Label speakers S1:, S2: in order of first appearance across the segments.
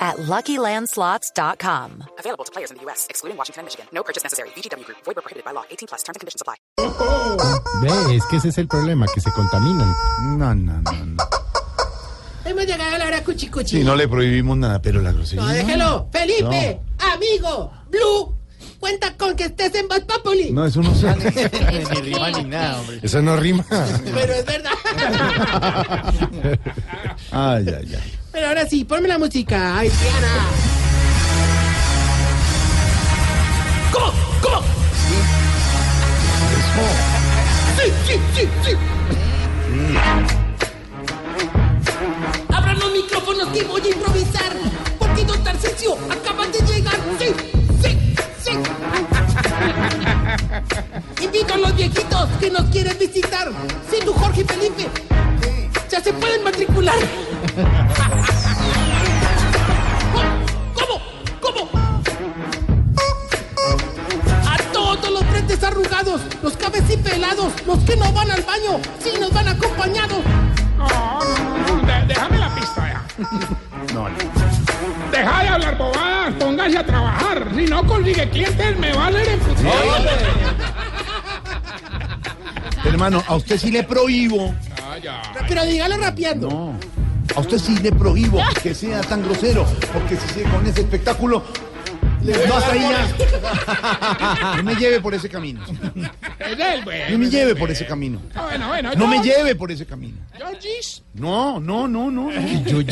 S1: at LuckyLandSlots.com.
S2: Available to players in the U.S., excluding Washington and Michigan. No purchase necessary. VGW Group. Void where prohibited by law. 18 plus. Terms and conditions apply.
S3: Ve, es que ese es el problema, que se contaminan.
S4: No, no, no, no.
S5: Hemos llegado a la hora cuchi cuchi.
S4: Sí, no le prohibimos nada, pero la grosería.
S5: No,
S6: eh.
S5: déjelo. Felipe, amigo, Blue, cuenta con que estés en Voz Populi.
S4: No, eso no se.
S6: ni rima ni nada, hombre.
S4: Eso no rima.
S5: Pero es verdad.
S4: Ay, ay, ay.
S5: Pero ahora sí, ponme la música. Ay, Diana. ¿Cómo? ¿Cómo? Sí, sí, sí, sí. Abran los micrófonos que voy a improvisar. Porque don Tarcesio acaba de llegar. Sí, sí, sí. Invito a los viejitos que nos quieren visitar. Sí, tu Jorge y Felipe. Ya se pueden matricular. ¿Cómo? ¿Cómo? A todos los frentes arrugados, los cabezas y pelados, los que no van al baño, sí nos van acompañados.
S6: No, no, no, de- déjame la pista ya.
S4: No, no.
S6: Deja de hablar bobadas, póngase a trabajar. Si no consigue clientes, me va a hacer en
S4: Hermano, a usted sí le prohíbo.
S5: Pero dígalo rapeando.
S4: No. A usted sí le prohíbo que sea tan grosero. Porque si sigue con ese espectáculo. No, hasta ahí ya. No me lleve por ese camino.
S6: Es él, güey.
S4: No me lleve por ese camino.
S6: Ah, Bueno, bueno,
S4: No me
S6: yo-
S4: lleve por ese camino.
S6: Yogis.
S4: No, no, no, no. no.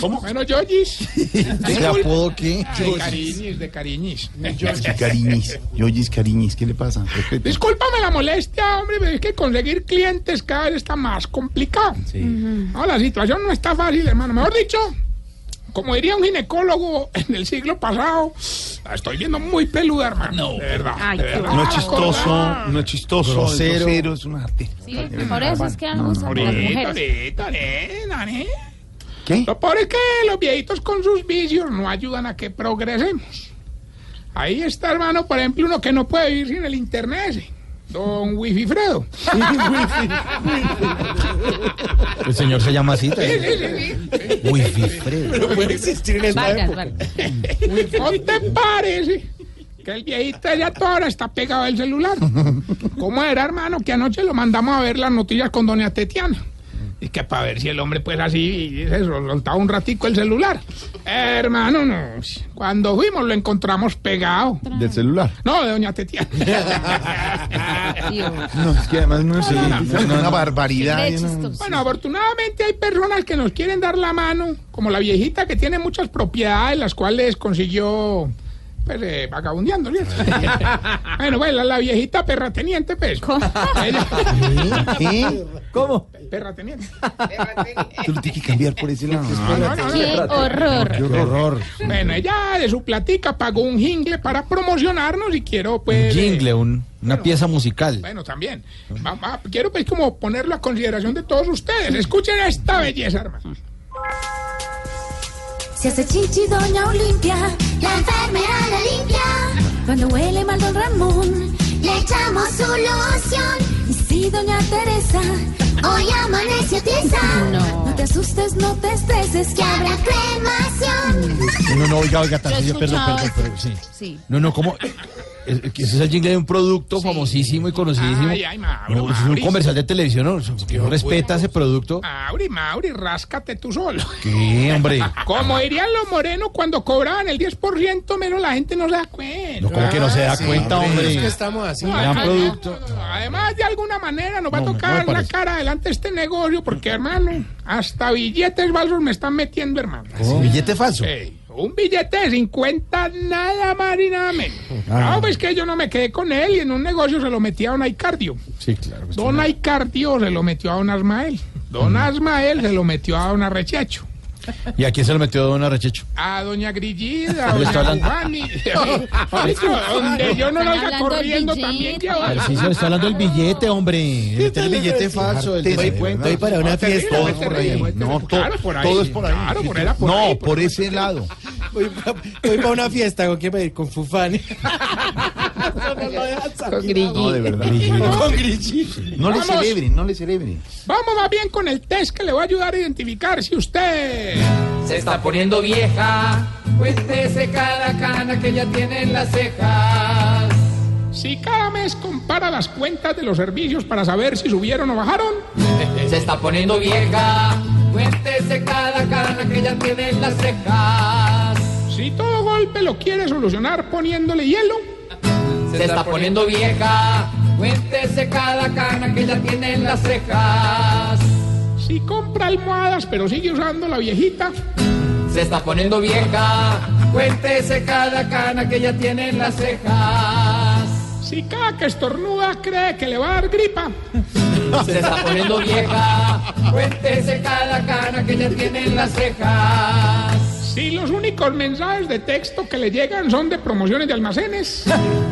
S4: ¿Cómo?
S6: Bueno, Yogis.
S7: ¿Ese apodo qué?
S6: De cariñis, de cariñis.
S4: Cariñis. Yoyis Cariñis, ¿qué le pasa? Respete.
S6: Discúlpame la molestia, hombre, pero es que conseguir clientes cada vez está más complicado. No, la situación no está fácil, hermano. Mejor dicho, como diría un ginecólogo en el siglo pasado, la estoy viendo muy peluda, hermano. No. De verdad. de verdad.
S4: No es chistoso, no es chistoso.
S7: Grosero.
S4: Es grosero, es una arte.
S8: Sí, por eso es que dan gusto por las
S6: Ahorita,
S8: mujeres.
S6: ahorita, nena, nena.
S4: ¿Qué?
S6: Lo peor es que los viejitos con sus vicios no ayudan a que progresemos. Ahí está, hermano, por ejemplo, uno que no puede vivir sin el internet. ese, Don Wifi Fredo.
S7: El señor se llama así. Wifi Fredo.
S8: Varias, varias.
S6: ¿No te parece que el viejito ya toda hora está pegado al celular? ¿Cómo era, hermano, que anoche lo mandamos a ver las noticias con doña Tetiana? Y que para ver si el hombre pues así se soltaba un ratico el celular. hermano, no. Cuando fuimos lo encontramos pegado.
S4: Del celular.
S6: No, de doña Tetiana.
S8: Dios.
S4: No, es que además no es una barbaridad. no.
S8: Qué chistoso.
S6: Bueno, afortunadamente hay personas que nos quieren dar la mano, como la viejita que tiene muchas propiedades, las cuales consiguió pues, eh, vagabundeando, ¿cierto? bueno, bueno, la, la viejita perrateniente, pues. Ella-
S4: ¿Eh? ¿Cómo?
S6: perrateniente.
S4: Tú lo tienes que cambiar por ese lado.
S6: No, no, no,
S8: Qué
S6: no.
S8: horror.
S4: Qué horror.
S6: Bueno, ella de su platica pagó un jingle para promocionarnos y quiero, pues. eh,
S7: Jingle, un- una pieza musical.
S6: Bueno, también. Va- va- quiero, pues, como ponerlo a consideración de todos ustedes. Escuchen esta belleza, hermano.
S9: Se hace chichi Doña Olimpia, la enfermera la limpia. Cuando huele mal Don Ramón, le echamos su loción. Y si Doña Teresa, hoy amaneció tiesa.
S8: No.
S9: te asustes, no te estreses, que habrá cremación.
S7: No, no, oiga, oiga,
S8: Yo he
S7: Tarcisio, perdón,
S8: escuchado
S7: perdón, perdón, sí.
S8: Sí.
S7: No, no, ¿cómo? Es- es que Ese es el jingle de un producto famosísimo y conocidísimo.
S6: Ay, ay, Mauro,
S7: No, eso es un
S6: Mauricio.
S7: comercial de televisión, ¿no? Eso- que no respeta ese producto.
S6: Mauri, Mauri, ráscate tú solo.
S7: ¿Qué, hombre?
S6: Como dirían los morenos cuando cobraban el 10% menos la gente no se da cuenta.
S7: No, como que no se da cuenta, hombre.
S5: estamos así.
S6: No,
S7: gran
S6: además-
S7: producto.
S6: no, no, no, Además, de alguna manera nos va a
S7: No, me- no me
S6: tocar la
S7: parece.
S6: cara adelante este negocio porque, hermano, hasta billetes balsos me están metiendo, hermano.
S7: Billete falso.
S6: Ey, un billete de 50 nada más y nada menos.
S7: Ah.
S6: No, pues que yo no me quedé con él y en un negocio se lo metí a un iCardio.
S7: Sí, Mm. claro. pues,
S6: Don Aicardio se lo metió a Don Asmael. Don Asmael se lo metió a Don Arrechacho.
S7: ¿Y a quién se lo metió Don Arrechecho?
S6: A doña Grillida,
S7: Pero está
S6: doña
S7: hablando-
S6: Giovanni. Donde yo no lo oiga
S8: hablando del
S6: corriendo
S8: billete.
S6: también que va.
S7: Al sí se le está hablando el billete, hombre. El, el billete falso, el de cuenta.
S4: Estoy para una
S6: Terrible,
S4: fiesta.
S6: terrible,
S4: por ahí.
S6: terrible,
S4: No,
S6: terrible.
S4: to-
S6: Claro, por ahí.
S4: todo es por ahí.
S6: Claro, por era por
S4: no,
S6: ahí, por
S4: por ese lado.
S10: Voy para una fiesta, ¿con qué pedir? Con Fufani.
S8: Con grillito.
S4: No, de verdad.
S10: Con Grichi.
S4: No le
S6: Vamos.
S4: celebren, no le celebren.
S6: Vamos más bien con el test que le va a ayudar a identificar si usted.
S5: Se está poniendo vieja. Cuéntese cada cana que ya tiene en las cejas.
S6: Si cada mes compara las cuentas de los servicios para saber si subieron o bajaron.
S5: Se está poniendo vieja. Cuéntese cada cana que ya tiene en las cejas.
S6: Si todo golpe lo quiere solucionar poniéndole hielo.
S5: Se está poniendo vieja. Cuéntese cada cana que ya tiene en las cejas.
S6: Si compra almohadas pero sigue usando la viejita.
S5: Se está poniendo vieja. Cuéntese cada cana que ya tiene en las cejas.
S6: Si cada que estornuda cree que le va a dar gripa.
S5: Se está poniendo vieja. Cuéntese cada cana que ya tiene en las cejas.
S6: Si los únicos mensajes de texto que le llegan son de promociones de almacenes.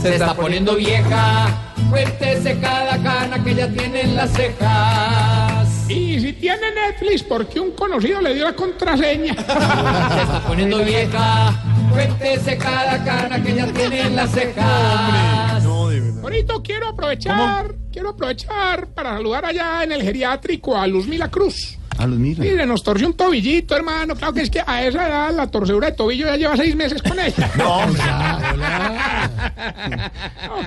S5: Se está poniendo vieja. Cuéntese cada cana que ya tiene en las cejas.
S6: Y si tiene Netflix porque un conocido le dio la contraseña.
S5: Se está poniendo vieja. Cuéntese cada cana que ya tiene en las cejas.
S6: Ahorita quiero aprovechar, quiero aprovechar para saludar allá en el geriátrico a Luz Mila Cruz.
S4: A los mira.
S6: Mire, nos torció un tobillito, hermano. Claro que es que a esa edad la torcedura de tobillo ya lleva seis meses con ella. No,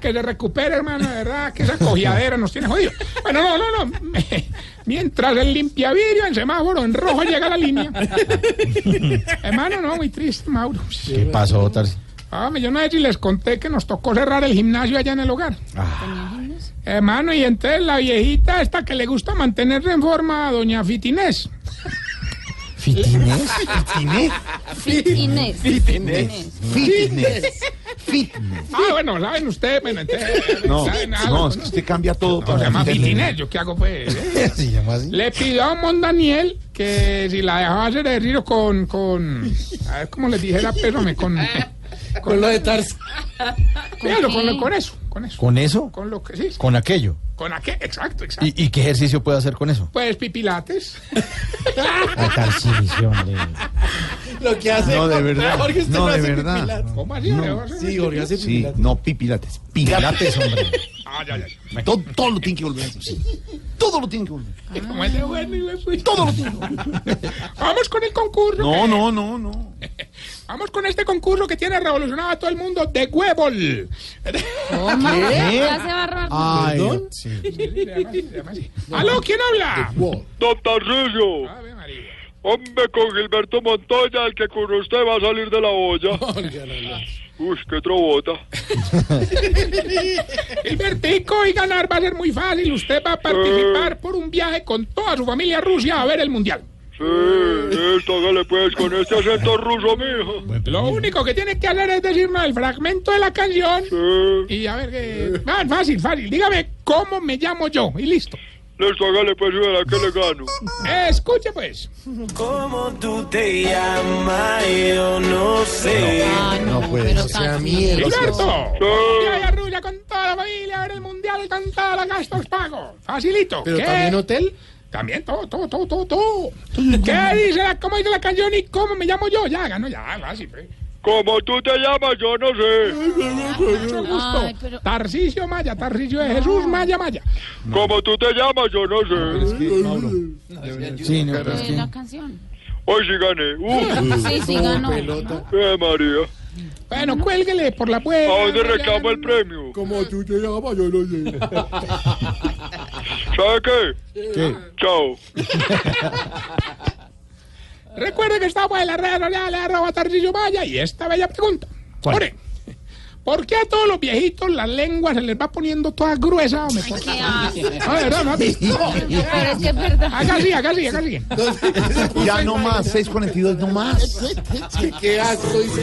S6: que se recupere, hermano, de verdad, que esa cogiadera nos tiene jodido. Bueno, no, no, no. Mientras el limpiavidrio en semáforo en rojo llega a la línea. hermano, no, muy triste, Mauro.
S7: ¿Qué pasó, Tarsi?
S6: Ah, yo no sé si les conté que nos tocó cerrar el gimnasio allá en el hogar. Hermano, y entonces la viejita esta que le gusta mantenerse en forma, doña Fitinés.
S7: ¿Fitinés?
S4: Fitness.
S8: Fit Inés. Fit Inés.
S4: Fitness. Fitness.
S6: Ah, bueno, saben ustedes, bueno, entonces,
S4: No,
S6: saben algo,
S4: no, es que usted cambia todo
S6: No, se
S4: para
S6: llama
S4: Fitness.
S6: Fitinés, ¿yo qué hago pues? eh?
S7: ¿Se llama así?
S6: Le pidió a Mon Daniel que si la dejaba hacer el río con, con, a ver cómo les dijera, pésame, con,
S10: Con lo de Tarso.
S6: claro,
S8: qué?
S6: con, con eso, con eso,
S7: ¿Con eso?
S6: con lo que, sí,
S7: ¿Con aquello?
S6: con aquel, exacto, exacto.
S7: ¿Y, y qué ejercicio puede hacer con eso?
S6: Pues pipilates.
S7: A Tarcisio, hombre.
S10: Lo que hace.
S4: No, de verdad.
S10: Jorge, usted
S4: No,
S10: no
S4: de
S10: hace
S4: verdad.
S10: pipilates.
S6: ¿Cómo así?
S4: No,
S10: Sí, Jorge hace
S4: Sí,
S10: pipilates.
S4: no, pipilates. Pilates, hombre.
S6: Ah, ya, ya, ya.
S4: Todo, todo lo tiene que volver. a hacer, sí. Todo lo tiene que volver.
S6: Como es de bueno y de suyo.
S4: Todo lo tiene que volver.
S6: Vamos con el concurso.
S4: No, no, no, no.
S6: Vamos con este concurso que tiene revolucionado a todo el mundo de huevol.
S8: Ya se va a robar.
S4: Ay,
S6: ¿Aló? ¿Quién habla?
S11: Don Tarcillo,
S6: Ave María.
S11: hombre con Gilberto Montoya, el que con usted va a salir de la olla. Uy, qué trobota.
S6: Gilbertico y ganar va a ser muy fácil. Usted va a participar por un viaje con toda su familia a Rusia a ver el mundial.
S11: Sí, esto hágale pues con este acento ruso, mijo.
S6: Lo único que tiene que hacer es decirnos el fragmento de la canción.
S11: Sí,
S6: Y a ver qué. Ah, fácil, fácil. Dígame cómo me llamo yo. Y listo.
S11: listo, hágale pues y verá que le gano.
S6: Escuche pues.
S10: ¿Cómo tú te llamas? Yo no sé.
S8: Ah, no,
S4: No puede
S8: pero
S4: ser. Sea
S8: Tarsi,
S4: mierda.
S8: no.
S6: Gilberto.
S11: Sí.
S6: Viaje a Rusia con toda la familia a ver el mundial con todos los gastos pagos. Facilito.
S10: Pero
S6: ¿Qué?
S10: también hotel.
S6: También todo, todo, todo, todo, todo. ¿Qué dice la, cómo dice la canción y cómo me llamo yo? Ya, ganó, ya, fácil. pues.
S11: Como tú te llamas, yo no sé.
S6: Mucho gusto.
S8: Ay, pero-
S6: Tarcisio Maya, Tarcisio de Jesús, Maya, Maya.
S11: Como tú te llamas, yo no
S7: pues.
S11: sé.
S7: Sí, no, pero es
S8: Fue
S7: que...
S8: la canción.
S11: Hoy sí gané. Uh,
S8: Sí, sí, ganó.
S11: eh, María.
S6: Bueno, cuélguele por la
S11: ¿A
S6: puerta.
S11: dónde reclamo el premio?
S10: Como tú te llamas, yo no sé.
S11: ¿Sabe qué?
S7: ¿Qué?
S11: Chao.
S6: Recuerde que estamos en las redes sociales, arroba Tarcisio Maya, y esta bella pregunta.
S7: ¿Cuál?
S6: Ore, ¿por qué a todos los viejitos la lengua se les va poniendo toda gruesa? hombre?
S8: Ay, qué asco.
S6: A ver, no, no, no.
S8: Pero es que es verdad.
S6: Haga así, haga así, haga así.
S4: Ya no más, 642, no más.
S10: ¿Qué asco? Dice.